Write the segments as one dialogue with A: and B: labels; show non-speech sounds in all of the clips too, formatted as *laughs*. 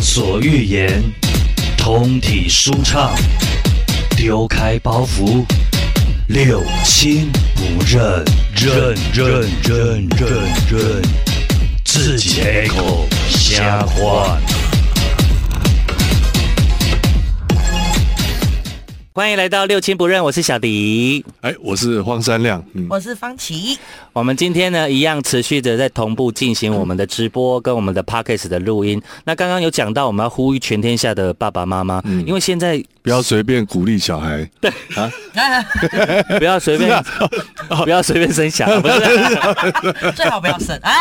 A: 所欲言，通体舒畅，丢开包袱，六亲不认，认认认认认，自己开口瞎话。
B: 欢迎来到六亲不认，我是小迪。
C: 哎，我是荒山亮，嗯，
D: 我是方琦，
B: 我们今天呢，一样持续的在同步进行我们的直播跟我们的 podcast 的录音。那刚刚有讲到，我们要呼吁全天下的爸爸妈妈，因为现在 *laughs*
C: 不要随便鼓励小孩。对啊，
B: 不要随便，不要随便生小孩，不是
D: 最好不要生。哎，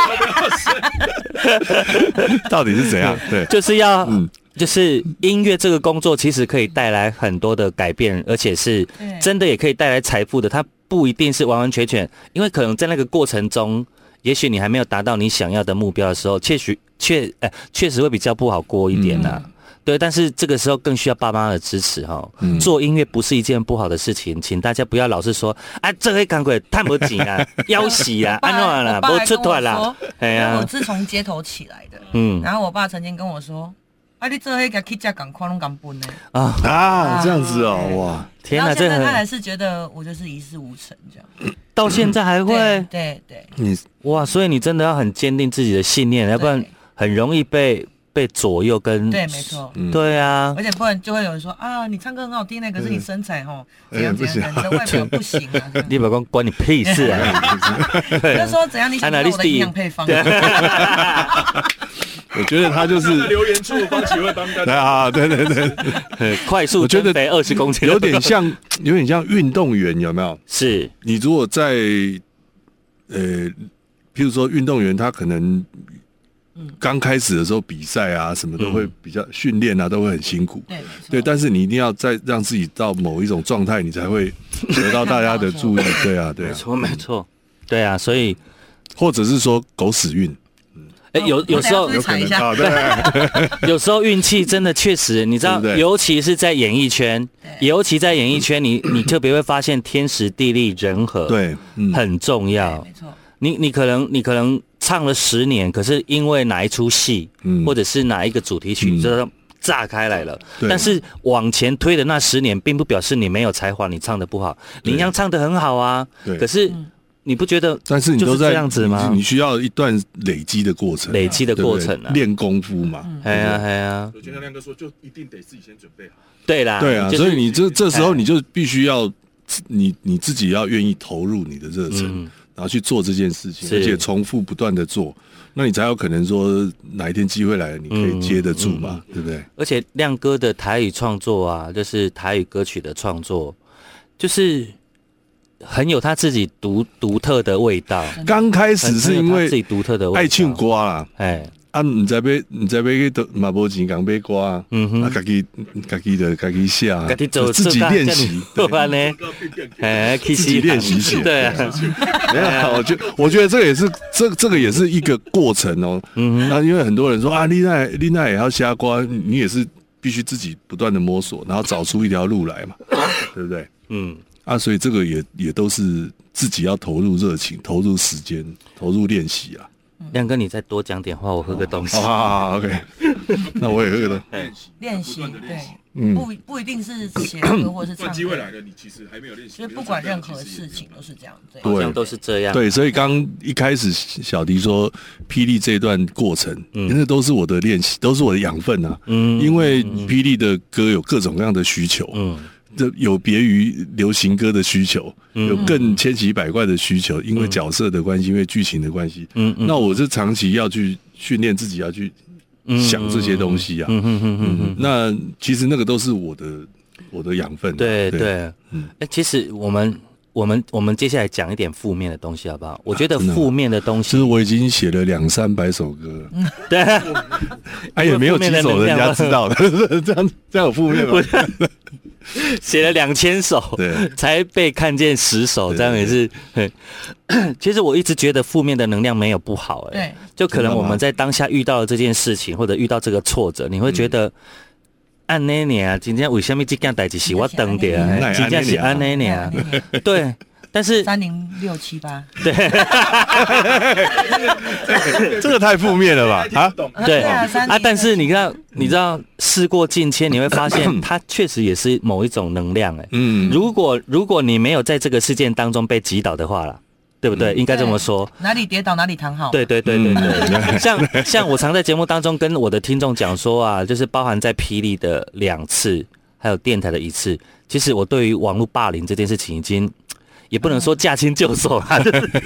C: 到底是
E: *laughs*
C: 怎样？对，
B: *laughs* 就是要，就是音乐这个工作其实可以带来很多的改变，而且是
D: 对
B: 真的也可以带来财富的。它不一定是完完全全，因为可能在那个过程中，也许你还没有达到你想要的目标的时候，确实确哎确实会比较不好过一点呐、啊对，但是这个时候更需要爸妈的支持哈、哦。做音乐不是一件不好的事情，请大家不要老是说啊，这个赶快探不紧
D: *laughs*
B: 啊，要死啊， *laughs* 安诺啦，
D: 我爸
B: 不
D: 还
B: 出
D: 跟我
B: 团啦
D: 说，
B: 哎
D: 因为我
B: 呀，
D: 自从街头起来的，
B: 嗯
D: 然后我爸曾经跟我说：“啊，你这黑个 K 家港宽拢港奔呢。
B: 啊，
C: 啊，这样子哦，哇，”
B: 天
D: 然
B: 哪，
D: 后
B: 这
D: 现在他
B: 很
D: 还是觉得我就是一事无成这样。
B: 到现在还会
D: 对对对，
C: 你
B: 哇，所以你真的要很坚定自己的信念，要不然很容易被被左右跟
D: 对没错
B: 嗯对啊
D: 而，且不然就会有人说啊，你唱歌很好听呢，可
B: 嗯
D: 是你身材吼怎样
C: 哎不
D: 怎
C: 行
D: 样，你的
B: *laughs*
D: 外表不行啊。这样
B: 你老公关你屁事啊！
C: *laughs*
D: 就说怎样你想
B: 安娜
D: 看
B: 丽
D: 我的营养
B: 蒂
D: 配方？
C: 我觉得他
E: *laughs*
C: 就是
E: 留言处方琦会帮大家。
C: *laughs* 啊，对对对，
B: 快速
C: 我觉
B: 增
C: 得
B: 肥二十公斤，
C: 有点像，有点像运动员，有没有？
B: 是
C: 你如果在呃，譬如说运动员，他可能
E: 嗯
C: 刚开始的时候比赛啊，什么都会比较训练啊，
E: 嗯
C: 都会很辛苦。
E: 哎
D: 对没
C: 对，
D: 错。
C: 但是你一定要再让自己到某一种状态，你才会得到大家的
E: *laughs*
C: 注意。对啊，对
B: 没
C: 啊，
B: 错没错，对啊，所以
C: 或者是说狗屎运，
B: 哎有有时候
D: 我等下注意查一下
C: 啊，对，
B: 有时候运气真的确实，你知道
C: 对不，对
B: 尤其是在演艺圈，
D: 对
B: 尤其在演艺圈，你你特别会发现天时地利人和，，
C: 对，嗯，
B: 呃很重要
D: 没。错，
B: 你你可能你可能唱了十年，可是因为哪一出戏，
C: 嗯
B: 或者是哪一个主题曲，就让炸开来了。
C: 对
B: 但是往前推的那十年，并不表示你没有才华，你唱的不好，你一样唱的很好啊。
C: 对
B: 可是你不觉得？
C: 但是你
B: 就
C: 都
B: 是
C: 在
B: 这样子吗
C: 你你需要一段累积的过程，
B: 累积的
C: 对不
B: 过
C: 对
B: 程啊，
C: 练功夫嘛。
B: 哎呀哎呀，
E: 我就跟亮哥说，就一定得自己先准备好。
B: 对啦，
C: 对啊，
B: 哎就是
C: 所以你这这时候
B: 哎
C: 你就必须要你你自己要愿意投入你的热忱，
B: 嗯
C: 然后去做这件事情，
B: 是
C: 而且重复不断的做，那你才有可能说哪一天机会来了，你可
B: 嗯
C: 以接得住嘛，对不对？
B: 而且亮哥的台语创作啊，就是台语歌曲的创作，就是很有他自己独独特的味道，
C: 刚开始是因
B: 很有他自己
C: 为
B: 独特的味道
C: 爱唱，歌啦，
B: 哎，
C: 啊，唔知要唔知要去倒嘛无钱讲买歌啊，
B: 嗯哼
C: 啊，家己家己的家己写啊，
B: 自己做
C: 自己练习。
B: 不然呢？哎，去西
C: 练习写
B: 对啊，
C: *laughs* 没有，我觉我觉得这个也是这这个也是一个过程哦。嗯，那因为很多人说啊，丽娜丽娜也要瞎瓜，你你也是必须自己不断的摸索，然后找出一条路
B: *laughs*
C: 来嘛，对不对？
B: 嗯，
C: 啊，所以这个也也都是自己要投入热情、投入时间、投入练习啊。
B: 亮哥，你再多讲点话，我喝个东西
C: 好。 *laughs* 好好好，OK，那我也饿了。
E: 哎
D: 练习
E: 不断地练习
B: 嗯
D: 对，不不一定是写歌或是
E: 突然
D: 唱
E: 机会来
D: 歌，
E: 了，你其实还没有练习，
D: 就是不管任何事情都是这样。对，
B: 好
C: 对
B: 像都是这样。，
C: 对，所以刚一开始小迪说霹雳这一段过程，那都是我的练习，都是我的养分啊。
B: 嗯
C: 因为霹雳的歌有各种各样的需求，
B: 嗯，
C: 这有别于流行歌的需求，
B: 嗯
C: 有更千奇百怪的需求，因为角色的关系，因为剧情的关系。
B: 嗯嗯
C: 那我是长期要去训练自己，要去想这些东西啊。
B: 嗯嗯嗯嗯嗯，
C: 那其实那个都是我的我的养分啊、
B: 对对。
C: 嗯
B: 哎，其实我们我们我们接下来讲一点负面的东西好不好？我觉得
C: 啊真的吗
B: 负面的东
C: *laughs* 其
B: 西
C: 实，我已经写了两三百首歌了，
B: 对，啊
C: 哎，也没有几首人家知道的，
B: *laughs*
C: 这样这样有负面吗？
B: 写了两千首，
C: 对
B: 才被看见十首，
C: 对
B: 这样也是。嘿 *coughs* 其实我一直觉得负面的能量没有不好、哎，
D: 对，
B: 就可能我
C: 真的吗
B: 们在当下遇到了这件事情，或者遇到这个挫折，你会觉
C: 嗯
B: 得。按那年啊，今天为什么这件代志是我等的
C: 嗯
B: 啊？
C: 哪会
B: 今天是按那
D: 这
B: 年
D: 样
B: 啊，对。但是
D: 嗯三零六七八，
C: 这个太负面了吧？啊，
E: 懂
B: 对
D: 啊，三
B: 啊，但是你知道，你知道事过境迁，你会发
C: *coughs*
B: 现它确实也是某一种能量哎、
C: 嗯，
B: 如果如果你没有在这个事件当中被击倒的话啦，对不
C: 嗯
B: 对？应该这么说。
D: 哪里跌倒哪里躺好，
B: 对对对对对， *laughs* 像像我常在节目当中跟我的听众讲说啊，就是包含在霹雳的两次，还有电台的一次，其实我对于网络霸凌这件事情已经也不能说驾轻就熟啦，就是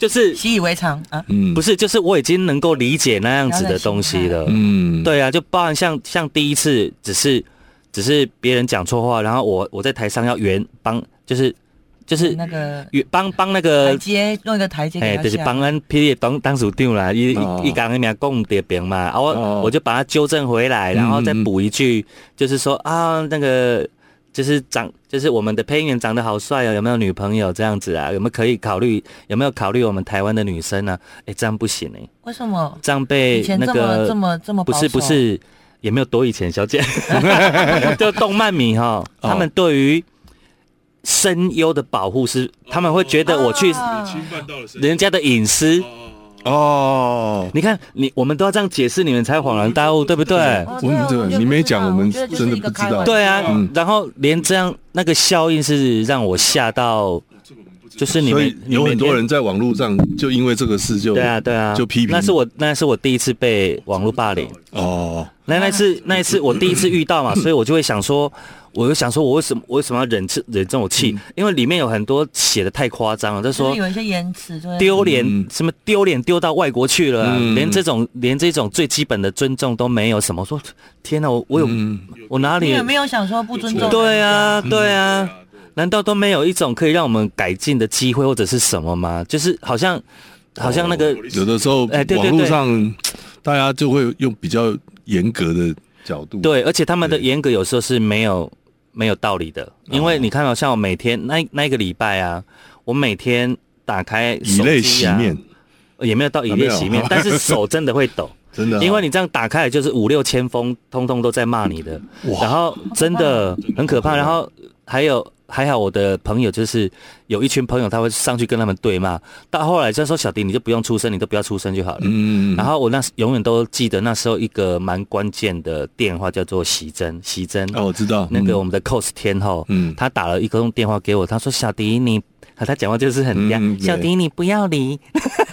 B: 就是
D: 习以为常啊。
C: 嗯
B: 不是就是我已经能够理解那样子的东西了。
C: 嗯，
B: 对啊，就包含像像第一次只是只是别人讲错话，然后我我在台上要圆帮，就是就是
D: 那个
B: 圆帮帮那
D: 嗯台
B: 个。
D: 阶弄一个台阶给
B: 呃哎，
D: 他
B: 就是
D: 下
B: 帮俺霹雳当当属长啦，一
C: 哦
B: 一讲那名共点饼嘛，啊我、
C: 哦嗯
B: 我就把它纠正回来，然后再补一句，就是说啊那个就是长就是我们的配音员长得好帅哦，有没有女朋友这样子啊？有没有可以考虑有没有考虑我们台湾的女生呢、啊？哎，这样不行哎、
D: 为什么？
B: 这样被
D: 以前
B: 哎那
D: 这么
B: 个
D: 这么这么
B: 不
D: 保
B: 是
D: 守
B: 不是，也没有多以前小
C: *laughs*
B: 姐，就动漫迷哈，
C: 哦
B: 他们对于声优的保护是，他们会觉得我去
D: 啊
E: 侵犯到了谁？
B: 人家的隐私。
E: 哦
C: 哦，
B: 你看，你我们都要这样解释，你们才恍然大悟，对不对？
D: 哦
C: 我们这个
D: 觉得
C: 嗯你没讲
D: 不知道
C: 我们
D: 觉得就是
C: 真的
D: 一个
C: 不知道
D: 开玩笑
B: 对啊
C: 嗯，
B: 然后连这样那个效应是让我吓到，
E: 这个我们不知道
B: 就是你
C: 所
B: 们
C: 以
B: 你
C: 有很
B: 们
C: 多人在网络上就因为这个事就
B: 对啊对啊
C: 就批评，
B: 那是我那是我第一次被网络霸凌。
C: 哦，
B: 那那次那一次我第一次遇到
C: *coughs*
B: 嘛，所以我就会想说，我就想说我为什么我为什么要忍这忍这种气？
C: 嗯
B: 因为里面有很多写的太夸张了，就
D: 就
B: 说
D: 是有一些言辞，就是
B: 丢脸、
C: 嗯
B: 什么丢脸丢到外国去了啊、
C: 嗯
B: 连这种连这种最基本的尊重都没有什么。我说天哪，我我有、
C: 嗯，
B: 我哪
D: 你
B: 里
D: 有没有想说不尊重？
B: 对，啊对
E: 对
B: 啊，
E: 啊对
B: 难道都没有一种可以让我们改进的机会或者是什么吗？就是好像好像那个、
C: 有的时候
B: 哎对对
C: 网络上大家就会用比较严格的角度，，
B: 对，而且他们的
C: 对哦
B: 严格有时候是没有没有道理的，因为你看到、像我每天那那一个礼拜啊，我每天打开
C: 以
B: 手
C: 泪
B: 机
C: 洗
B: 啊，
C: 面，
B: 也没有到以
C: 啊没
B: 泪
C: 有
B: 洗面，但是手真的会抖，
C: 真的啊，
B: 因为你这样打开来就是五六千封，通通都在骂你的，
C: 哇
B: 然后真的很可怕，然后还有。还好我的朋友就是有一群朋友，他会上去跟他们对骂，到后来就说小迪你就不用出声，你都不要出声就好了。
C: 嗯，
B: 然后我那时永远都记得那时候一个蛮关键的电话叫做喜珍，喜珍、
C: 哦，我知道
B: 那个我们
C: 们
B: 的 cos 天后，
C: 嗯
B: 她打了一通电话给我，她说小迪你，啊她讲话就是很嗲，
C: 嗯对
B: 小迪你不要理， *laughs*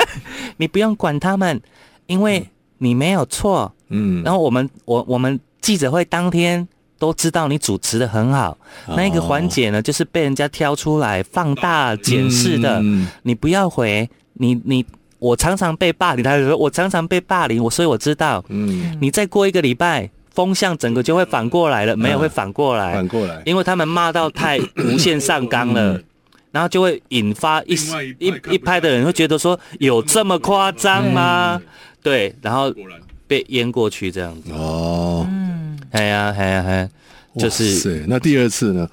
B: 你不用管他们，因为你没有错。
C: 嗯，
B: 然后我们我我们记者会当天。都知道你主持的很好，
C: 哦
B: 那一个环节呢，就是被人家挑出来放大检视的。
C: 嗯
B: 你不要回，你你我常常被霸凌，他就说我常常被霸凌，我所以我知道，
C: 嗯，
B: 你再过一个礼拜，风向整个就会反过来了，没有会反过来，
C: 反过来，
B: 因为他们骂到太无限上纲了。然后就会引发一
E: 另外一派
B: 一
E: 看不
B: 一派的人会觉得说有这么夸张吗？对，然后
E: 果然
B: 被淹过去这样子。
C: 哦，
D: 嗯，
B: 哎呀，哎呀，哎呀，就是
C: 对，那第二次呢？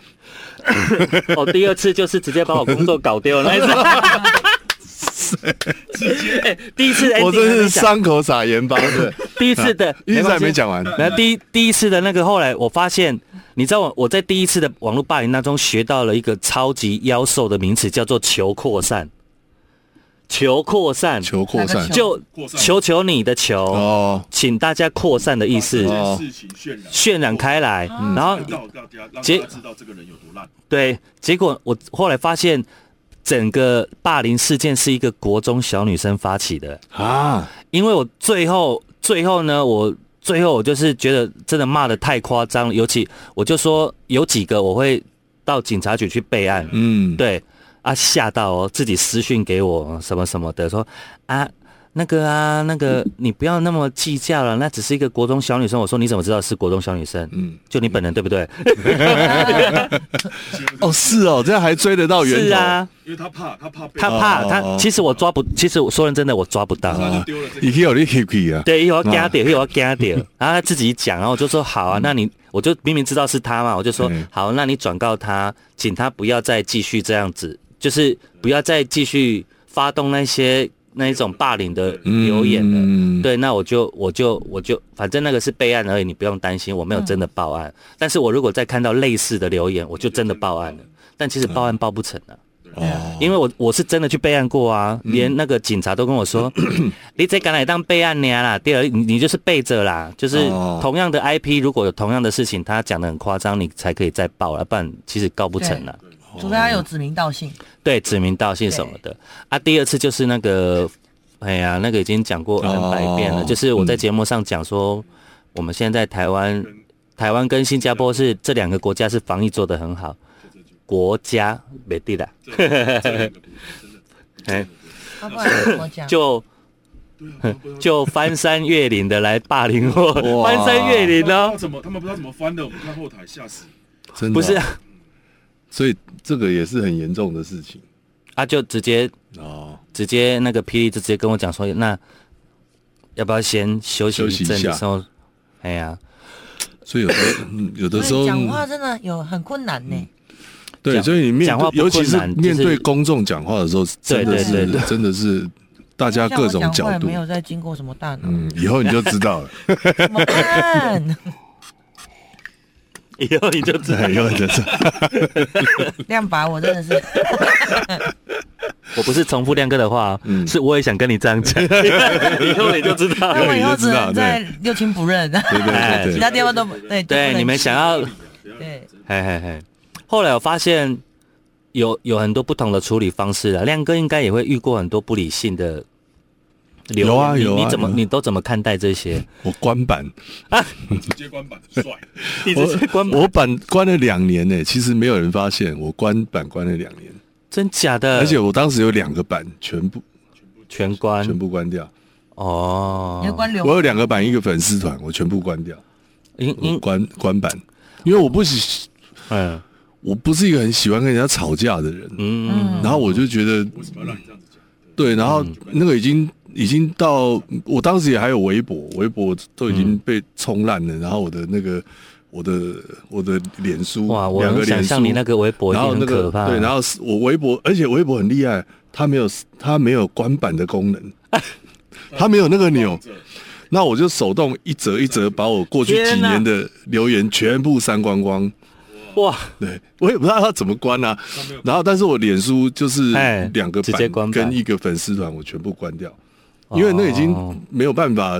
B: *laughs* 哦，第二次就是直接把我工作搞丢了。那一次， *laughs*
C: *laughs*
B: 哎，第一次 ending
C: 我真
B: 还没
C: 是
B: 讲
C: 伤口撒盐巴，
B: *laughs*
C: 对，
B: 第一次的，
C: *laughs* 一直还
B: 关系
C: 没。讲完，
B: *laughs* 然后第一第一次的那个，后来我发现，你知道我我在第一次的网络霸凌当中学到了一个超级妖兽的名词，叫做求扩散。求扩散，
C: 求扩
D: 哪
C: 散
D: 个球
B: 就
E: 扩散
B: 求求你的求，
C: 哦，
B: 请大家扩散的意思，
E: 把这件事情渲染
B: 渲染开来，
D: 嗯
B: 然后
E: 让大家让大
B: 结
E: 家知道这个人有多烂。
B: 对，结果我后来发现，整个霸凌事件是一个国中小女生发起的，
C: 啊，
B: 因为我最后最后呢，我最后我就是觉得真的骂的太夸张了，尤其我就说有几个我会到警察局去备案，
C: 嗯，
B: 对啊，吓到哦，自己私讯给我什么什么的，说啊那个啊那个你不要那么计较了，那只是一个国中小女生。我说你怎么知道是国中小女生？
C: 嗯，
B: 就你本人对不对？
C: 哦，是哦，这样还追得到源头，哦
B: 是啊，
E: 因为他怕，他怕被
B: 他怕他，其实我抓不，其实我说认真的，我抓不到。啊
E: 他就丢了这
C: 已
E: 个。
C: 经有你 hippy 啊，
B: *laughs* 对，一会儿加点，一会儿加
C: *laughs*
B: 点，然后他自己讲，然后我就说好啊，那你我就明明知道是他嘛，我就说
C: 嗯
B: 好，那你转告他，请他不要再继续这样子，就是不要再继续发动那些那一种霸凌的
C: 嗯
B: 留言了。
C: 嗯，
B: 对，那我就我就我就，反正那个是备案而已，你不用担心，我没有真的报
C: 嗯
B: 案。但是我如果再看到类似的留言，我就真的报案了。但其实报案报不成了、啊
E: 对
C: 哦，
B: 因为我我是真的去备案过啊，
C: 嗯
B: 连那个警察都跟我
C: *clears throat*
B: 说，你这敢来当备案呢啦，第二你你就是备着啦，就是
C: 哦
B: 同样的 IP，如果有同样的事情，他讲的很夸张，你才可以再报了，不然其实告不成了。
D: 除非他有指名道姓，
B: 对，指名道姓什么的啊。第二次就是那个，哎呀，那个已经讲过 N 百遍了，
C: 哦
B: 就是我在节目上讲说，我们现在台湾
C: 嗯
B: 台湾跟新加坡是这两个国家是防疫做得很好，国家没地
C: *laughs*
B: 啦，哎，
D: 要不然怎么
B: *laughs*
D: 讲？
B: 就。就翻山越岭的来霸凌我，
C: 哇
B: 翻山越岭
E: 他
B: 哦
E: 们不知道，怎么他们不知道怎么翻的，我们看后台吓死。
C: 真的
B: 不是
C: 啊，所以这个也是很严重的事情
B: 啊，就直接
C: 哦。
B: 直接那个霹雳就直接跟我讲说，那要不要先休息
C: 休息
B: 一
C: 一
B: 阵子？
C: 下
B: 然后，哎呀， *laughs*
C: 所以有时候嗯有的时
D: 所以
C: 候
D: 讲话真的有很困难呢。
C: 对，
B: 讲
C: 所以你面
B: 讲话
C: 对，
B: 不
C: 尤其
B: 困
C: 是
B: 难就是
C: 面对公众讲话的时候，真的
B: 对
C: 是
B: 对
C: 真的是大家各种
D: 像我讲
C: 角
D: 话也
C: 度
D: 没，有再经过什么大脑，
C: 嗯，以后你就知
D: *laughs*
C: 道了，
D: 怎么办？
B: 以后你就知道
C: 对，以后你就知道。
D: 亮把我真的是
B: 我不是重复亮哥的话哦，
C: 嗯
B: 是我也想跟你这样
C: *laughs*
B: 讲， *laughs* 以后你就知道
D: 那
B: 了。
D: 我以后只能
C: 对
D: 在六亲不认，
C: 对对对
D: 其
C: 对
D: 他地方都不对。都不
B: 对，
D: 能
B: 你们
D: 去
B: 想要，
D: 对
B: 嘿嘿嘿。后来我发现有有很多不同的处理方式了，亮哥应该也会遇过很多不理性的留言。
C: 有啊
B: 你
C: 有啊
B: 你怎么
C: 有啊
B: 你都怎么看待这
C: *laughs*
B: 些？
C: 我关版，
E: 直接关板，帅。
B: 你这些关
C: 我版关了两年呢，其实没有人发现我关版关了两年，
B: 真假的，
C: 而且我当时有两个版全部
B: 全关
C: 全部关掉，
B: 哦
D: 你要，关流
C: 我有两个版，一个粉丝团，我全部关掉，
B: 因
C: 我
B: 因
C: 关关版，因为我不喜，哎
B: 嗯
C: 我不是一个很喜欢跟人家吵架的人，
B: 嗯
C: 然后我就觉得
E: 为什么要让你这样子讲？
C: 对，然后那个已经已经到，我当时也还有微博，微博都已经被冲烂了，然后我的那个我的我的脸书，
B: 哇，我
C: 两个
B: 能想
C: 脸书
B: 象，你那个微博一
C: 然
B: 定
C: 后那
B: 很
C: 个
B: 可怕。
C: 对，然后是我微博，而且微博很厉害，它没有它没有关版的
B: *laughs*
C: 功能，它没有那个钮，那我就手动一折一折把我过去几
B: 天哪
C: 年的留言全部删光光。
B: 哇，
C: 对，我也不知道他怎么关啊。然后，但是我脸书就是
B: 哎
C: 两个
B: 直接关
C: 版
B: 版
C: 跟一个粉丝团，我全部关掉，因为那已经没有办法，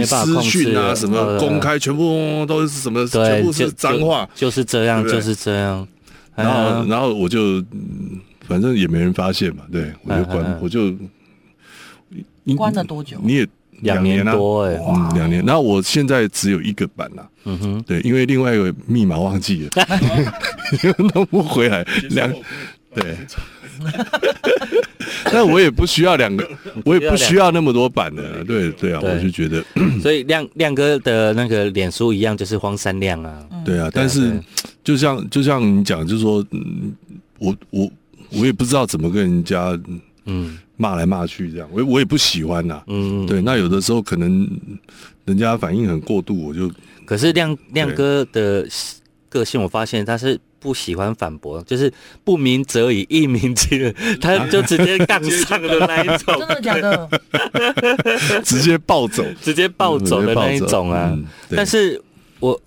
B: 哦没办法
C: 私
B: 控制
C: 讯啊
B: 了
C: 什
B: 呃
C: 么公开，全部都是什么，全
B: 对，
C: 部是
B: 就
C: 脏话。
B: 就就是这样，
C: 对不
B: 就
C: 对
B: 是这样。
C: 然后，
B: 哎呀
C: 然后我就嗯反正也没人发现嘛，对我就
B: 哎哎哎
C: 关，我就你
D: 关了多久？啊
C: 你也
B: 两
C: 年
B: 年
C: 啊
B: 多哎
C: 嗯两年。然后我现在只有一个版啦，
B: 嗯哼，
C: 对，因为另外一个密码忘记
B: *laughs*
C: 了，弄不回来，两对。 *laughs* 但我也不需要两个，我也不需要那么多版的，对对啊，
B: 对
C: 我就觉得
B: 所以亮亮哥的那个脸书一样，就是荒山亮啊。
C: 对啊。但是
B: 对
C: 就像就像你讲，就是说，嗯我我我也不知道怎么跟人家嗯
B: 嗯
C: 骂来骂去这样，我我也不喜欢呐。
B: 嗯，
C: 对，那有的时候可能人家反应很过度，我就
B: *laughs* 可是亮亮哥的个性，我发现他是不喜欢反驳，就是不鸣则已，一鸣惊
C: *laughs*
B: 人，他就直接杠上的那一
D: *laughs*
B: 种
D: 真，的假的？
C: 直接暴走，
B: 直接暴走的那一种啊。
C: 嗯对
B: 但是我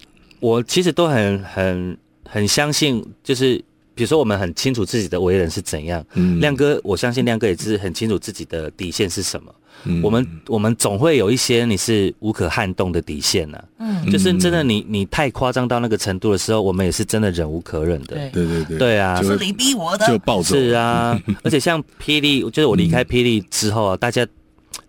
B: 我其实都很很很相信，就是比如说我们很清楚自己的为人是怎样。
C: 嗯
B: 亮哥，我相信亮哥也是很清楚自己的底线是什么。
C: 嗯
B: 我们我们总会有一些你是无可撼动的底线啊呐、
D: 嗯，
B: 就是真的你你太夸张到那个程度的时候，我们也是真的忍无可忍的。
D: 对，
C: 对对对
B: 对啊
C: 就
D: 就是
C: 会
D: 你逼我的。
C: 就暴走，
B: 是
C: *laughs*
B: 啊，而且像霹雳，就是我离开霹雳之后
C: 嗯
B: 啊，大家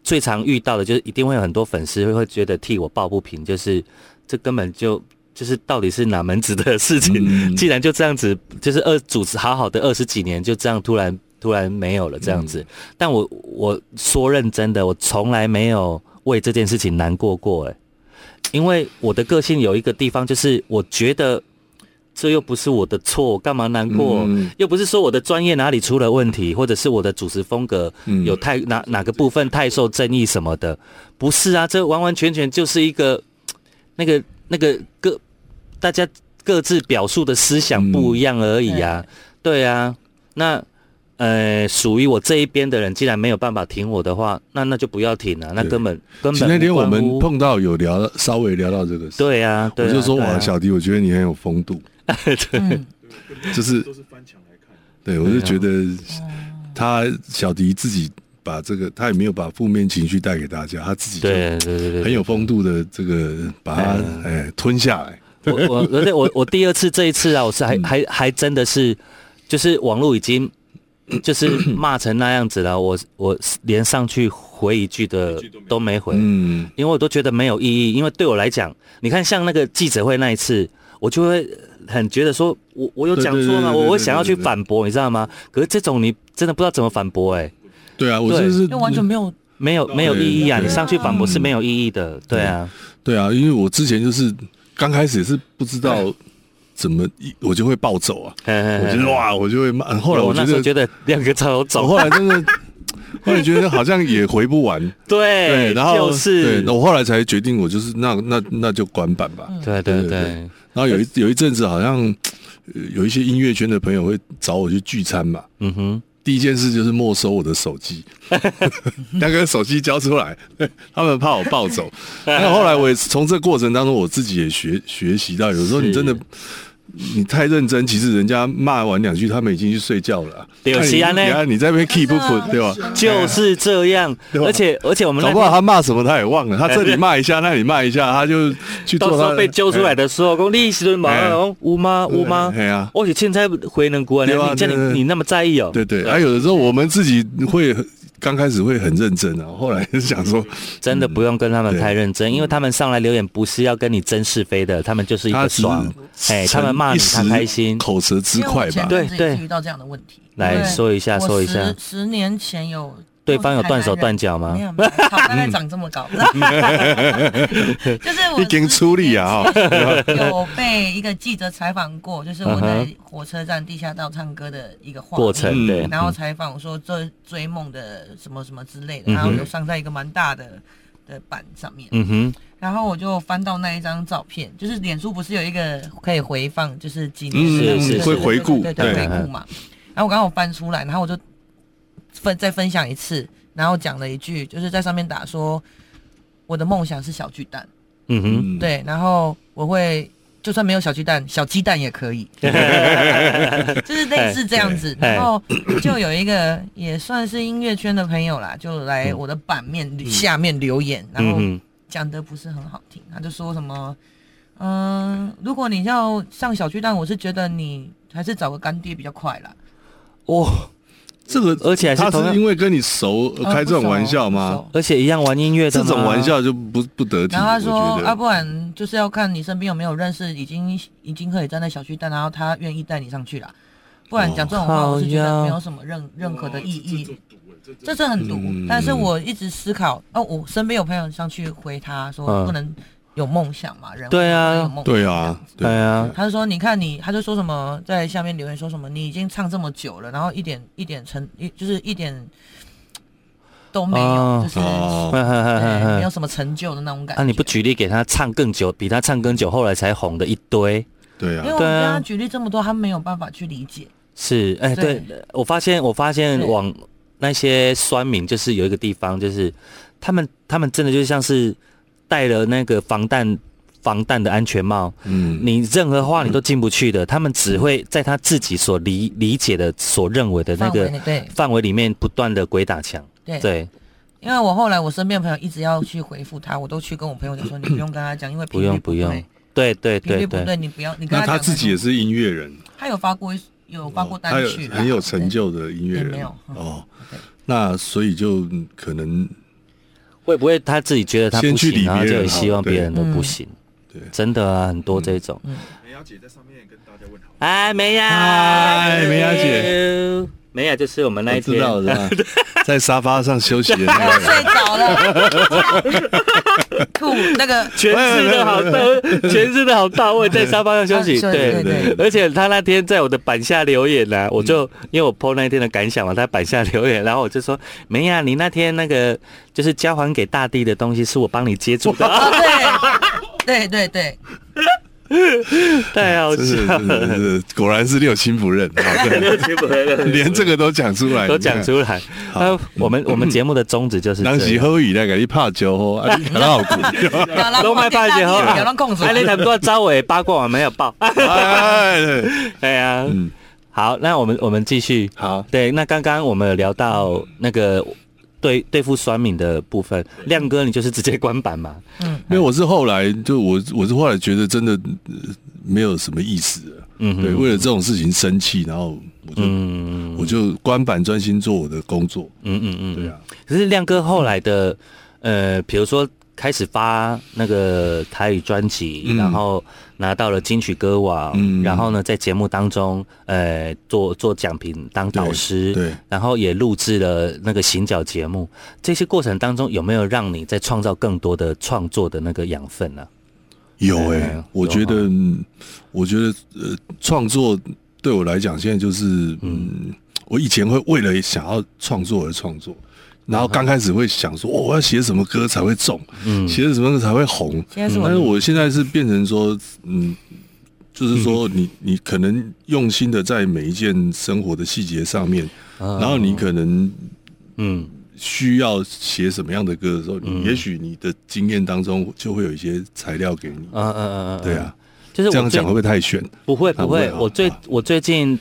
B: 最常遇到的就是一定会有很多粉丝会会觉得替我抱不平，就是这根本就就是到底是哪门子的事情？*laughs*
C: 嗯
B: 既然就这样子，就是二主持好好的二十几年，就这样突然突然没有了这样
C: 嗯
B: 子。但我我说认真的，我从来没有为这件事情难过过、欸，因为我的个性有一个地方就是我觉得。这又不是我的错，我干嘛难过？
C: 嗯
B: 又不是说我的专业哪里出了问题，或者是我的主持风格
C: 嗯
B: 有太、哪哪个部分太受争议什么的，不是啊，这完完全全就是一个那个那个各大家各自表述的思想不一样而已啊，
C: 嗯
B: 对啊，那呃属于我这一边的人既然没有办法挺我的话，那那就不要挺啊，那
C: 对
B: 根本根
C: 其实
B: 本
C: 那天
B: 无
C: 我
B: 关
C: 们
B: 乎
C: 碰到有聊，稍微聊到这个事，
B: 对啊，对
C: 我
B: 啊
C: 就
B: *laughs*
C: 说
B: 对啊
C: 哇，小迪，我觉得你很有风度，
D: 嗯，
C: 就是
E: 都是翻墙来看，
C: 对我就
B: 啊
C: 觉得他小迪自己把这个，他也没有把负面情绪带给大家，他自己就
B: 对对对对
C: 很
B: 对，
C: 有风度的这个把它哎吞下来。
B: *laughs* 我我我对我我第二次这一次啊，我是
C: 嗯
B: 还还还真的是，就是网络已
C: *coughs*
B: 经就是骂成那样子了，我我连上去回一句的
E: 一句都没有
B: 都没回，
C: 嗯，
B: 因为我都觉得没有意义。因为对我来讲，你看像那个记者会那一次，我就会很觉得说我我有讲错吗？
C: 对对对对对
B: 我会想要去反驳，你知道吗？可是这种你真的不知道怎么反驳哎、
C: 对啊，我
B: 对
C: 就是
D: 那完全没有
B: 没有没有
C: 对
B: 意义啊！
C: 对
B: 你上去反驳是没有意义的，对啊，
C: 对啊，因为我之前就是刚开始也是不知道怎么，一我就会暴走啊，我
B: 我
C: 觉得哇，我就会骂。后来
B: 哎我
C: 我
B: 那
C: 觉
B: 时候觉
C: 得，
B: 得两个超
C: 我
B: 走，
C: 后来真的，后来觉得好像也回不
B: *laughs*
C: 完。
B: 对，
C: 对，然后
B: 哎就是
C: 对，那我后来才决定，我就是那那那就管板吧。
D: 嗯
B: 对对
C: 对对
B: 对
C: 对然后有一有一阵子，好像呃有一些音乐圈的朋友会找我去聚餐嘛。
B: 嗯哼，
C: 第一件事就是没收我的手机，
B: 嗯
C: 要跟手机交出来， *laughs* 他们怕我暴走。那后来我也从这过程当中，我自己也学学习到，有时候你真的
B: 是
C: 你太认真，其实人家骂完两句，他们已经去睡觉了啊。
B: 对
C: 那你
B: 是啊呢
C: 你看你在那边 keep 不
D: 真的啊
C: 困，对吧？
B: 就是这样，
C: 对吧
B: 而且而且我们
C: 搞
B: 那
C: 不好
B: 天
C: 他骂什么他也忘了，他这里骂一下，那里骂一下，他就去
B: 到
C: 做
B: 时
C: 他
B: 候被揪出来
C: 的。
B: 的时候，讲你是马
C: 哎
B: 上有吗？有吗？
C: 哎呀
B: 而且哦现在回能国啊，你
C: 对啊
B: 你叫你
C: 对对对
B: 你那么在意哦？
C: 对对，还有的时候我们自己会刚开始会很认真啊，后来 *laughs* 就想说
B: 真的不用跟他们
C: 对
B: 太认真，因为他们上来留言不是要跟你争是非的，他们就是一
C: 他
B: 个
C: 只
B: 爽，
C: 是
B: 哎，他们骂
C: 一
B: 你
C: 时
B: 他开心。
C: 口舌之快吧
D: 因为我前。阵子
B: 对对
D: 也是遇到这样的问题，
B: 来
D: 对
B: 说一下
D: 我
B: 说一下
D: 十十年前有
B: 对方有断手断脚吗
D: 没有，没有好大概长这么高，就是我
C: 一根出力啊！哈，
B: *laughs*
D: 有被一个记者采访过，就是我
B: 嗯
D: 在
B: 哼
D: 火车站地下道唱歌的一个画面
B: 过程
C: 嗯
B: 对，
D: 然后采访说追追梦的什么什么之类的，
B: 嗯哼
D: 然后有上在一个蛮大的的版上面，
B: 嗯哼，
D: 然后我就翻到那一张照片，就是脸书不是有一个可以回放，就是几年
C: 嗯
D: 的那个
B: 是是
D: 对
B: 会
D: 对
C: 回顾
D: 对对
B: 对
D: 对回顾嘛。然后我刚好翻出来，然后我就分再分享一次，然后讲了一句，就是在上面打说我的梦想是小巨蛋，
B: 嗯哼，
C: 嗯，
D: *laughs* 对，然后我会就算没有小巨蛋，小鸡蛋也可以，
B: *laughs*
C: 嗯
B: 嗯
D: 就是类似这样子。
B: 哎
D: 然后就有一个也算是音乐圈的朋友啦，就来我的版面下面留言，然
B: 嗯
D: 后
B: 哼，
D: 讲的不是很好听，他就说什么，嗯，如果你要上小巨蛋，我是觉得你还是找个干爹比较快啦。
B: 哇，
C: 这个
B: 而且还是
C: 他
B: 同样
C: 是因为跟你熟而哦开这种玩笑
D: 啊？不
C: 吗
D: 熟？不熟
B: 而且一样玩音乐的
C: 这
B: 吗
C: 种玩，笑就不不得体，
D: 然后
C: 我
D: 他说
C: 觉
D: 啊，
C: 得。
D: 不然就是要看你身边有没有认识已经已经可以站在小巨蛋，然后他愿意带你上去啦。不然讲这种话，
B: 哦
D: 我是觉
B: 靠腰
D: 得没有什么任任何的意
E: 这。
D: 义
E: 种毒哎，
D: 这是很毒
C: 嗯，
D: 但是我一直思考，哦，我身边有朋友上去回他说，
B: 嗯
D: 不能有梦想嘛，人
B: 对啊
D: 不能有梦想
C: 对
D: 这样
C: 啊
D: 子，
B: 对啊，
D: 他就说：“你看你，他就说什么在下面留言说什么，你已经唱这么久了，然后一点一点成，一就是一点都没有，
B: 哦
D: 就是、
C: 哦，
B: 哼哼
D: 对
B: 哼哼 *laughs*
D: 没有
B: 哼
D: 什么成就的那种感觉。
B: 啊，你不举例给他唱更久，比他唱更久，后来才红的一堆。
C: 对
D: 因
C: 啊
D: 为，我们
B: 对啊
D: 跟他举例这么多，他没有办法去理解。
B: 是，哎、
D: 对
B: 对，我发现，我发现
D: 对
B: 网那些酸民，就是有一个地方，就是他们，他们真的就像是戴了那个防弹防弹的安全帽，
C: 嗯，
B: 你任何话你都进不去的，他们只会在他自己所理理解的、所认为的那
D: 范围
B: 个
D: 内对
B: 范围里面不断的鬼打墙。
D: 对
B: 对，
D: 因为我后来我身边的朋友一直要去回复他，我都去跟我朋友讲说，你不用跟他讲，因为频
B: 不
D: 率
B: 用
D: 不
B: 不用
D: 对，
B: 对对
D: 频率
B: 对
D: 不对，
B: 对，
D: 你不要你跟
C: 那
D: 他讲
C: 他自己也，是音乐人，
D: 他有发过一有发过
C: 哦他
D: 单
C: 有
D: 曲啦，啊
C: 很有成
D: 对。
C: 就的音乐
D: 也没
C: 人
D: 有嗯
C: 哦
D: 对。
C: 那所以就嗯可能
B: 会不会他自己觉得他
C: 先
B: 不
C: 去理
B: 行，然后
C: 别
B: 就
C: 人
B: 很希
C: 好
B: 望别
C: 对
B: 人都不
D: 嗯
B: 行？
C: 对嗯
B: 真的啊，很多这种。
E: 梅雅姐在上面跟大家问好。
B: 哎，梅雅，
C: 嗨梅雅
B: 姐，梅雅就是我们那
C: 我
B: 一
C: 知
B: 天，
C: 道
B: *laughs*
C: 的，在沙发上休息的那个人。
D: 睡着了， *laughs* 吐那个
B: 诠释的
C: *laughs*
B: 好到，诠释的好到位，在沙发上休息，
D: 啊对
B: 对
C: 对对。嗯
B: 而且他那天在我的板下留言呢、我就因为我 PO 那一天的感想嘛，他板下留言，然后我就说，梅雅，你那天那个就是交还给大地的东西，是我帮你接住
C: *laughs*
B: 的，啊
D: 哦，对，对对对，
B: 太好
C: 真
B: 笑
C: 是真
B: 了 *laughs*
C: 是，真是果然是六亲不认，好对连这个都讲出来，
B: 都讲出来。那我
C: *laughs*
B: 们我们节目的宗旨就是
C: 你
B: 这
C: 看。嗯当时
B: 样。
C: 好雨那个你怕
B: *laughs*
C: 酒吼，啊，你很好苦，
D: 要
B: *laughs*
D: 让
B: 都卖半截
D: 不
B: 哎
D: 要让控
C: *laughs*
D: 制
B: 啊，。你很多招尾八卦我没有报，
C: 哎，对
B: 哎呀，好，那我们我们继续。
C: 好，
B: 对，那刚刚我们有聊到那个对对付酸敏的部分，亮哥你就是直接关板嘛？
C: 因为我是后来就我我是后来觉得真的呃没有什么意思了，
B: 嗯哼
C: 对，为了这种事情生气，然后我就、
B: 嗯
C: 我就关板专心做我的工作，
B: 嗯嗯嗯，
C: 对啊。
B: 可是亮哥后来的，呃，比如说开始发那个台语专辑，
C: 嗯
B: 然后拿到了金曲歌王，
C: 嗯
B: 然后呢，在节目当中，呃，做做讲评当导师，
C: 对对
B: 然后也录制了那个行脚节目。这些过程当中，有没有让你在创造更多的创作的那个养分呢、
C: 有
B: 哎
C: 哎、
B: 有
C: 我觉得，嗯我觉得，呃，创作对我来讲，现在就是，嗯，我以前会为了想要创作而创作，然后刚开始会想说，哦，我要写什么歌才会中，
B: 嗯
C: 写、什么歌才会红。
D: 现在是我
C: 但是我现在是变成说，嗯，就是
B: 嗯
C: 说你，你可能用心的在每一件生活的细节上面，
B: 然
C: 然后你可能
B: 嗯
C: 需要写什么样的歌的时候，你也许你的经验当中就会有一些材料给你。
B: 嗯嗯嗯嗯，
C: 对啊，
B: 就是我
C: 这样
B: 最
C: 讲会不会太炫？
B: 不会不
C: 不会
B: 会，
C: 啊
B: 我最
C: 啊
B: 我最近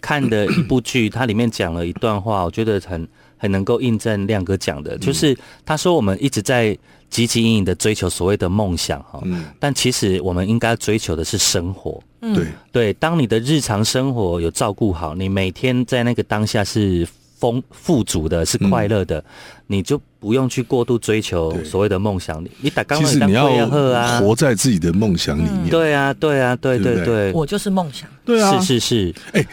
B: 看的一部剧，它里面讲了一段话，我觉得很很能够印证亮哥讲
C: 嗯
B: 的，就是他说我们一直在汲汲营营的追求所谓的梦想哈，
C: 嗯，
B: 但其实我们应该追求的是生活。
C: 对，
B: 对，当你的日常生活有照顾好，你每天在那个当下是丰富足的，是快乐的，你就不用去过度追求
C: 嗯对
B: 所谓的梦想。你你打刚
C: 其实你要
B: 喝啊，
C: 活在自己的梦想里面。
B: 对啊，对啊，对
C: 对
B: 对
C: 不
B: 对，
D: 我就是梦想，
C: 对啊，
B: 是是是，
C: 你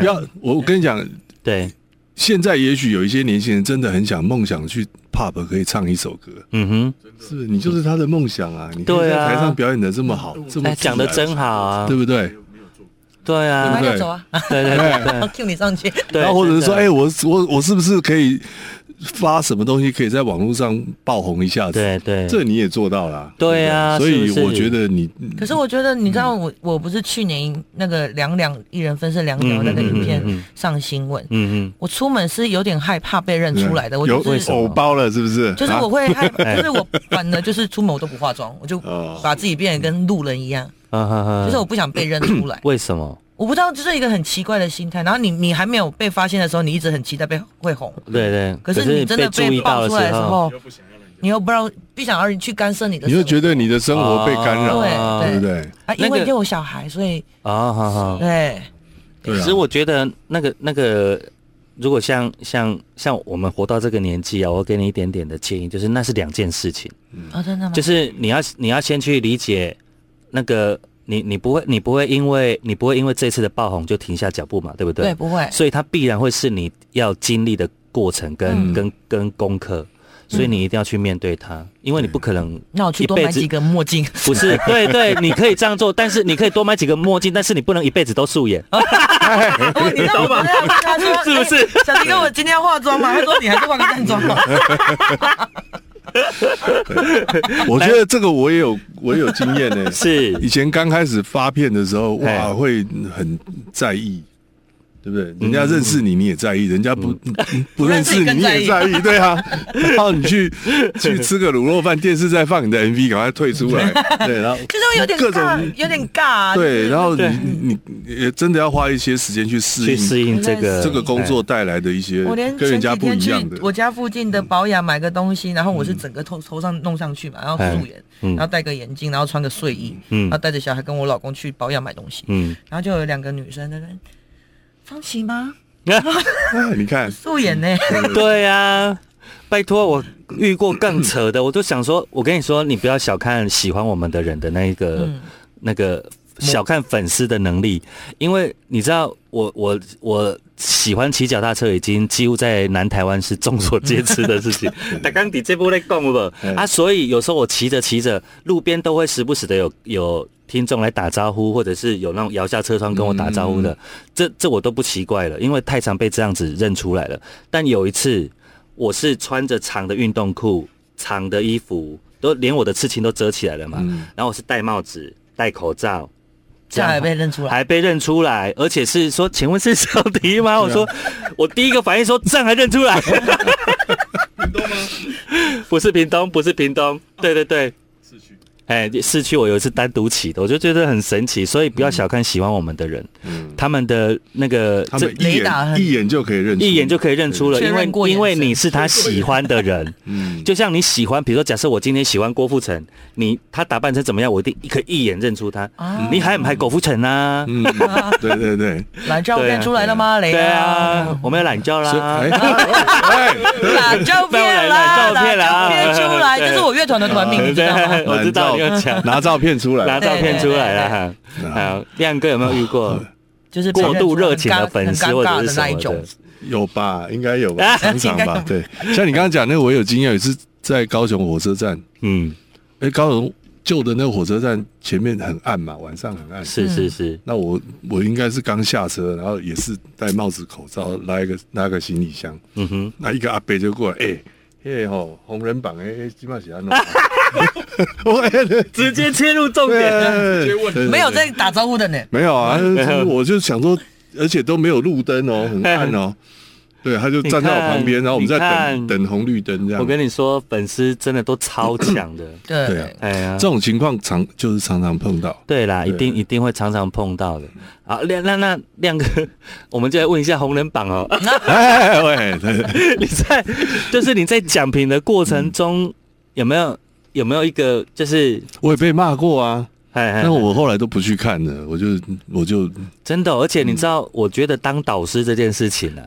C: 不要，我我跟你讲，
B: 对，
C: 现在也许有一些年轻人真的很想梦想去 pub 可以唱一首歌，
B: 嗯哼。
C: 是不是你就是他的梦想啊！你可以
B: 对
C: 在
B: 啊
C: 台上表演的这么好，这么自
B: 哎，
C: 然
B: 讲的真好啊，
C: 对不对
E: 没？有没有做，
B: 对
D: 你
B: 啊
D: 妈，
C: 对哎
D: 就走啊，
B: 对对对
D: 我
B: 对
D: Q 你上去，
B: 对，
C: 然后或者是
B: 真
C: 说，
B: 的
C: 哎，，我我我是不是可以发什么东西可以在网络上爆红一下子？
B: 对对，
C: 这你也做到了。
B: 对啊
C: 不
B: 是不
C: 所以
B: 是
C: 我觉得你
D: 嗯可是我觉得，你知道我，
B: 嗯
D: 我不是去年那个两两一人分饰两角那个影
B: 嗯嗯嗯嗯
D: 片上新闻，
B: 嗯嗯，
D: 我出门是有点害怕被认出来的，我
C: 有
D: 就是
C: 偶包了，是不是？
D: 就是
C: 啊
D: 我会害，
B: *laughs* 哎
D: 就是我反正就是出门我都不化妆，我就
C: 哦
D: 把自己变得跟路人一样，
B: 啊哈哈，，
D: 就是我不想被认出来
B: 为什么？
D: 我不知道这是一个很奇怪的心态。然后你你还没有被发现的时候，你一直很期待被会红，
B: 对对，
D: 可是你真的
B: 注
D: 被
B: 意到
D: 爆出来的时，候
E: 你又，不想要让人家
D: 你又不知道不想让人去干涉你的
C: 你
D: 生活，
C: 就觉得你的生活被干扰，
D: 哦对
C: 对不对？
D: 啊，因
B: 那个
D: 为你有小孩，所以
B: 啊哈哈，
D: 对，
C: 对
B: 其
C: 啊
B: 实我觉得那个那个，如果像像像我们活到这个年纪啊，我给你一点点的建议，就是那是两件事情，
D: 啊真的吗？
B: 就是你要你要先去理解那个。你你不会你不会因为你不会因为这次的爆红就停下脚步嘛，对不对？
D: 对，不会，
B: 所以它必然会是你要经历的过程跟、
D: 嗯
B: 跟跟功课，所以你一定要去面对它，因为你不可
D: *laughs*
B: 能
D: 那我去
B: 一
D: 多
B: 辈
D: 买
B: 子
D: 几个墨镜。
B: 不是对对，你可以这样做，但是你可以多买几个墨镜，但是你不能一辈子都素颜。
D: 哦，你知道我昨天跟他说，
B: 是不是
D: 哎小迪哥，我今天要化妆嘛？他说你还是化个淡
B: *laughs*
D: 妆吧。 *laughs*
C: 我觉得这个我也有，我也有经验呢、
B: 是
C: 以前刚开始发片的时候，哇，
B: 哎
C: 会很在意，对不对？人家认识你，你也在意；人家不 *laughs* 不认识你，你也在意，对啊。然后你去去吃个卤肉饭，电视在放你的 MV，赶快退出来，对，然后
D: 就是会有点
C: 各
D: 尬
C: 种，
D: 有点尬。啊
C: 对，然后你
B: 对
C: 你你也真的要花一些时间去适
B: 去
C: 应
B: 适应这个
C: 这个工作带来的一些
D: 我连
C: 跟
D: 前
C: 人家
D: 几
C: 不
D: 天
C: 一
D: 去
C: 样的。
D: 我家附近
B: 嗯
D: 的保养买个东西，然后我是整个头头上弄上去嘛，然后素颜，
B: 嗯
D: 然后戴个眼镜，然后穿个睡衣，
B: 嗯
D: 然后带着小孩跟我老公去保养买东西，
B: 嗯，
D: 然后就有两个女生在那边，方琦吗？
C: 哎你看，
D: 素颜呢？ *laughs*
B: 对啊，拜托，我遇过更扯的，我就想说，我跟你说，你不要小看喜欢我们的人的那一个、那个小看粉丝的能力，因为你知道我我我喜欢骑脚踏车已经几乎在南台湾是众所皆知的事情。大刚底这波在讲不
C: 嗯
B: 啊，所以有时候我骑着骑着，路边都会时不时的有有听众来打招呼，或者是有那种摇下车窗跟我打招呼的，这这我都不奇怪了，因为太常被这样子认出来了。但有一次，我是穿着长的运动裤、长的衣服，都连我的刺青都遮起来了嘛，
C: 嗯
B: 然后我是戴帽子、戴口罩。
D: 这样还被认出来，
B: 还被认出来，而且是说，请问是小迪
D: *laughs*
B: 吗？我
D: 啊
B: 说，我第一个反应说，这样还认出来，
E: 屏东吗？
B: 不是屏东，不是屏东，对对对，
E: 市区，
B: 哎、哎，市区我有一次单独骑的，我就觉得很神奇，所以不要小看喜欢我们的人，他们的那个
C: 他
B: 这
C: 们一
D: 雷达
C: 眼
D: 很
C: 一眼就可以认出，
B: 一眼就可以认出了，
D: 确
B: 因为
D: 认过眼
B: 因为
D: 神
B: 你是他喜欢的人，
C: 嗯，
B: 就像你喜欢，比如说假设我今天喜欢郭富城，你他打扮成怎么样，我一定可以一眼认出他。
D: 啊
B: 你还不还郭富城啊？
C: 嗯，
B: *laughs*
C: 对对对，
D: 懒照
B: 对啊
D: 片出来了吗？雷
B: 对啊，，我们要懒觉
C: 所以
B: 啦。
C: 哎哎，
B: 啊
D: 懒照
B: *laughs*
D: 片啦，
B: 懒照片啦
D: 懒照片出来，
B: *laughs* 对
D: 这是我乐团的团名，你知道吗？
B: 对， *laughs* 我知道你有
C: *laughs*
B: 讲，
C: 拿照片出
B: 拿
C: 来，
B: 照片出来了哈。好，亮哥有没有遇过？
C: 嗯
D: 就是被
B: 过
D: 认
B: 度
D: 出来
B: 热情的
D: 很尴
B: 粉丝
D: 很
B: 或
D: 尴尬
B: 者
D: 的
B: 是
D: 那
B: 什
D: 一
B: 么
D: 种
B: 的，
C: 有吧？应该有
B: *laughs* 啊
C: 吧？常常吧
D: 应，
C: 对。像你刚刚讲那个，我有经验，有一次在高雄火车站，
B: 嗯，
C: 哎，高雄旧的那个火车站前面很暗嘛，晚上很暗，
B: 是是是，
D: 嗯
C: 那我我应该是刚下车，然后也是戴帽子、口罩，拉一个拉个行李箱。
B: 嗯哼，
C: 那一个阿伯就过来，哎、嘿吼，红人榜哎，基本上是安弄。我哎 *laughs* 对
B: 直接切入重
C: 对啊
B: 点。
C: 对对对对
D: 没有在打招呼的呢。
C: 没有啊，就是我就想说，而且都没有路灯哦，很暗哦。对，他就站在我旁
B: 你
C: 边，
B: 看
C: 然后我们在
B: 你看
C: 等等红绿灯这样
B: 我。跟你说，粉丝真的都超强的。
C: 对
D: 对
C: 啊，
B: 哎呀
C: 这，种情况常就是常常碰到。
B: 对啦，一
C: 对
B: 定一定会常常碰到的。好，亮那那亮哥， *laughs* 我们就来问一下红人榜哦。
D: 嗯
C: 哎喂，对
B: *laughs* 你在就是你在讲评的过程中，有没有有没有一个就是
C: 我也被骂过啊，
B: 哎哎
C: 但我后来都不去看了，我就我就
B: 真的哦、而且
C: 嗯
B: 你知道，我觉得当导师这件事情啊，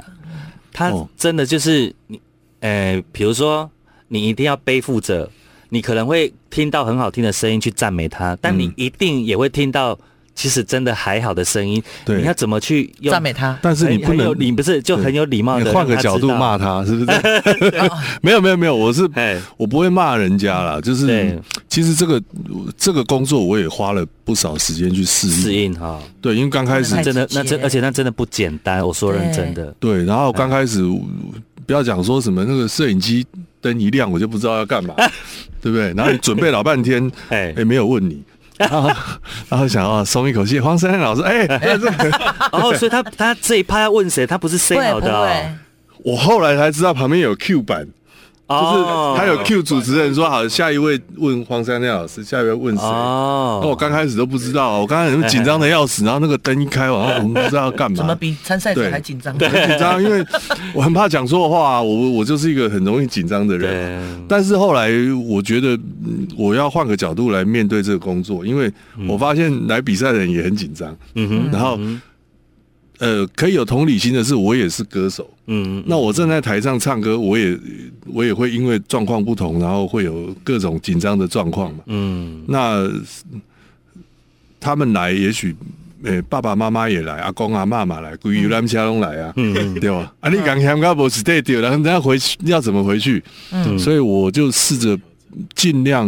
B: 他
C: 哦
B: 真的就是你，呃，比如说你一定要背负着，你可能会听到很好听的声音去赞美他，但你
C: 嗯
B: 一定也会听到其实真的还好的声音。
C: 对
B: 你要怎么去用
D: 赞美？他，
C: 但是你
B: 很
C: 不
B: 很
C: 能
B: 有礼，不是就很有礼貌
C: 你
B: 的
C: 换个角度骂他，是不 *laughs* 是？没有没有没有，我是
B: 哎，
C: 我不会骂人家啦，就
B: 对
C: 是其实这个这个工作我也花了不少时间去适
B: 适
C: 应，
B: 应哈，
C: 对，因为刚开始
D: 太
B: 真的那
D: 直
B: 真
D: 接
B: 而且那真的不简单，我说认真的，
C: 对，然后刚开始不要讲说什么那个摄影机灯一亮，我就不知道要干 *laughs* 嘛，对不对？然后你准备老半天，
B: 哎
C: 哎，没有问 *laughs* 你。然后，然后想要松一口气。黄珊珊老师， *laughs* 哎，
B: 哦，所以
D: *laughs*
B: 他他这一趴要问谁，他不是 say
D: 会
B: 好
D: 不
B: 的哦
D: 会？
C: 我后来才知道旁边有 Q 版，
B: 啊哦
C: 就是他有 Q 主持人说好，下一位问黄珊珊老师，下一位问谁？
B: 哦
C: 那我刚开始都不知道，我刚开始紧张的要死，然后那个灯一开，我我们不知道要干嘛，
D: 怎么比参赛者还紧张？
C: 很紧张，因为我很怕讲错话，啊我我就是一个很容易紧张的人。啊
B: 对，
C: 但是后来我觉得嗯我要换个角度来面对这个工作，因为我发现来比赛的人也很紧张，
B: 嗯哼，
C: 然后
B: 嗯
C: 呃，可以有同理心的是，我也是歌手，
B: 嗯，
C: 那我站在台上唱歌，我也我也会因为状况不同，然后会有各种紧张的状况嘛。
B: 嗯
C: 那他们来，也许诶、呃爸爸妈妈也来，阿公阿妈嘛来，规游览车拢来啊，
B: 嗯
C: 对吧？啊，你讲香港不是对对，然后人家回去要怎么回去？
B: 嗯
C: 所以我就试着尽量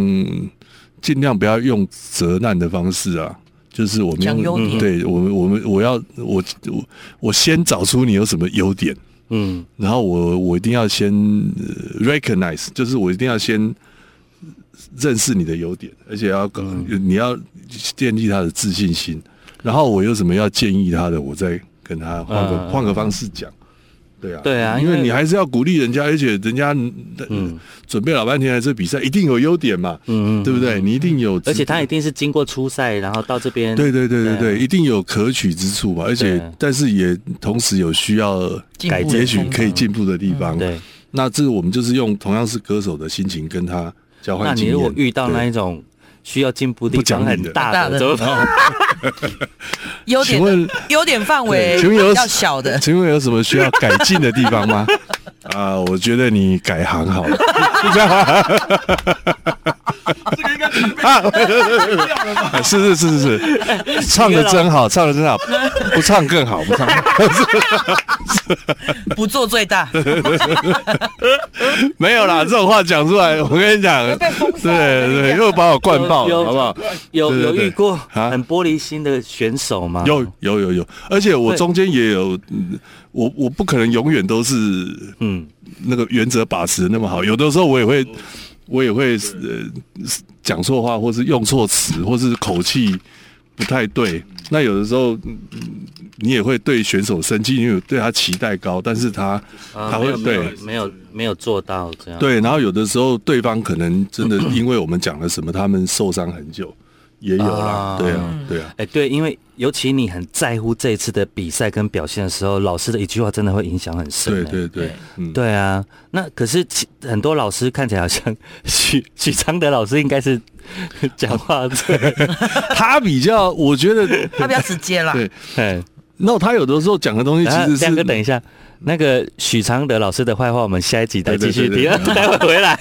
C: 尽量不要用责难的方式啊。就是我们
D: 讲优
C: 用
D: 点
C: 对我们我们我要我我我先找出你有什么优点，
B: 嗯
C: 然后我我一定要先呃 recognize，就是我一定要先认识你的优点，而且要、
B: 嗯
C: 你要建立他的自信心。然后我有什么要建议他的，我再跟他换个、
B: 嗯
C: 换个方式讲。对啊，
B: 对啊
C: 因
B: 因
C: 为
B: 为
C: 你还是要鼓励人家，而且人家、
B: 嗯
C: 准备老半天来这比赛，一定有优点嘛，
B: 嗯，
C: 对不对？你一定有，
B: 而且他一定是经过初赛，然后到这边，
C: 对对对对
B: 对
C: 对，
B: 啊
C: 一定有可取之处嘛。
B: 对
C: 而且但是也同时有需要，
D: 进步的
C: 也许
D: 空
C: 可以
D: 间
C: 进步的地
B: 嗯
C: 方。
B: 对。
C: 那这个我们就是用同样是歌手的心情跟他交
B: 那
C: 换经
B: 你
C: 验。
B: 如果遇到那一
C: 对
B: 种需要进步地方很大
D: 大
B: 的，
D: 的
B: 怎么
C: *laughs*
B: 办？
D: 优点
C: 请问
D: 优点范围
C: 对请问有
D: 要小的，
C: *laughs* 请问有什么需要改进的地方吗？ *laughs* 啊，我觉得你改行好 *laughs* 了。
E: 这个应该太被不一样了吧？
C: 是是是是是，唱的真好，唱的真好，不唱更好，不 *laughs* 唱。
D: 不做最大，
C: 没有啦，这种话讲出来，我跟你讲，
D: 被封杀
C: 对
D: 我跟你
C: 对，
D: 讲
C: 又把我灌爆
B: 有
C: 了，好不好？
B: 有
C: 对对
B: 有
C: 对
B: 遇过
C: 啊
B: 很玻璃心的选手吗？
C: 有有有有，而且我
B: 啊对
C: 中间也有，嗯我我不可能永远都是
B: 嗯，
C: 那个原则把持得那么好，有的时候我也会，我也会呃讲错话，或是用错词，或是口气不太对。那有的时候，嗯你也会对选手生气，因为有对他期待高，但是他
B: 啊
C: 他
B: 没
C: 会
B: 有
C: 对
B: 没有没有做到这样。，
C: 对，然后有的时候对方可能真的因为我们讲了什么，他们受伤很久，也有啦
B: 啊，
C: 对啊，对啊，
B: 哎，对，因为尤其你很在乎这一次的比赛跟表现的时候，老师的一句话真的会影响很深。
C: 对
B: 哎
C: 对对，嗯，
B: 对啊，那可是其很多老师看起来好像 *laughs* 许许常德老师应该是 *laughs* 讲话最 *laughs*
C: 他比较，我觉得
D: 他比较直接啦。
C: 对，
B: 哎，
C: 那他有的时候讲的东西其
B: 然后
C: 实
B: 亮
C: 是
B: 哥等一下，那 *laughs* 个许常德老师的坏话，我们下一集再继续
C: 对对
B: 听
C: 对，
B: 待会回来。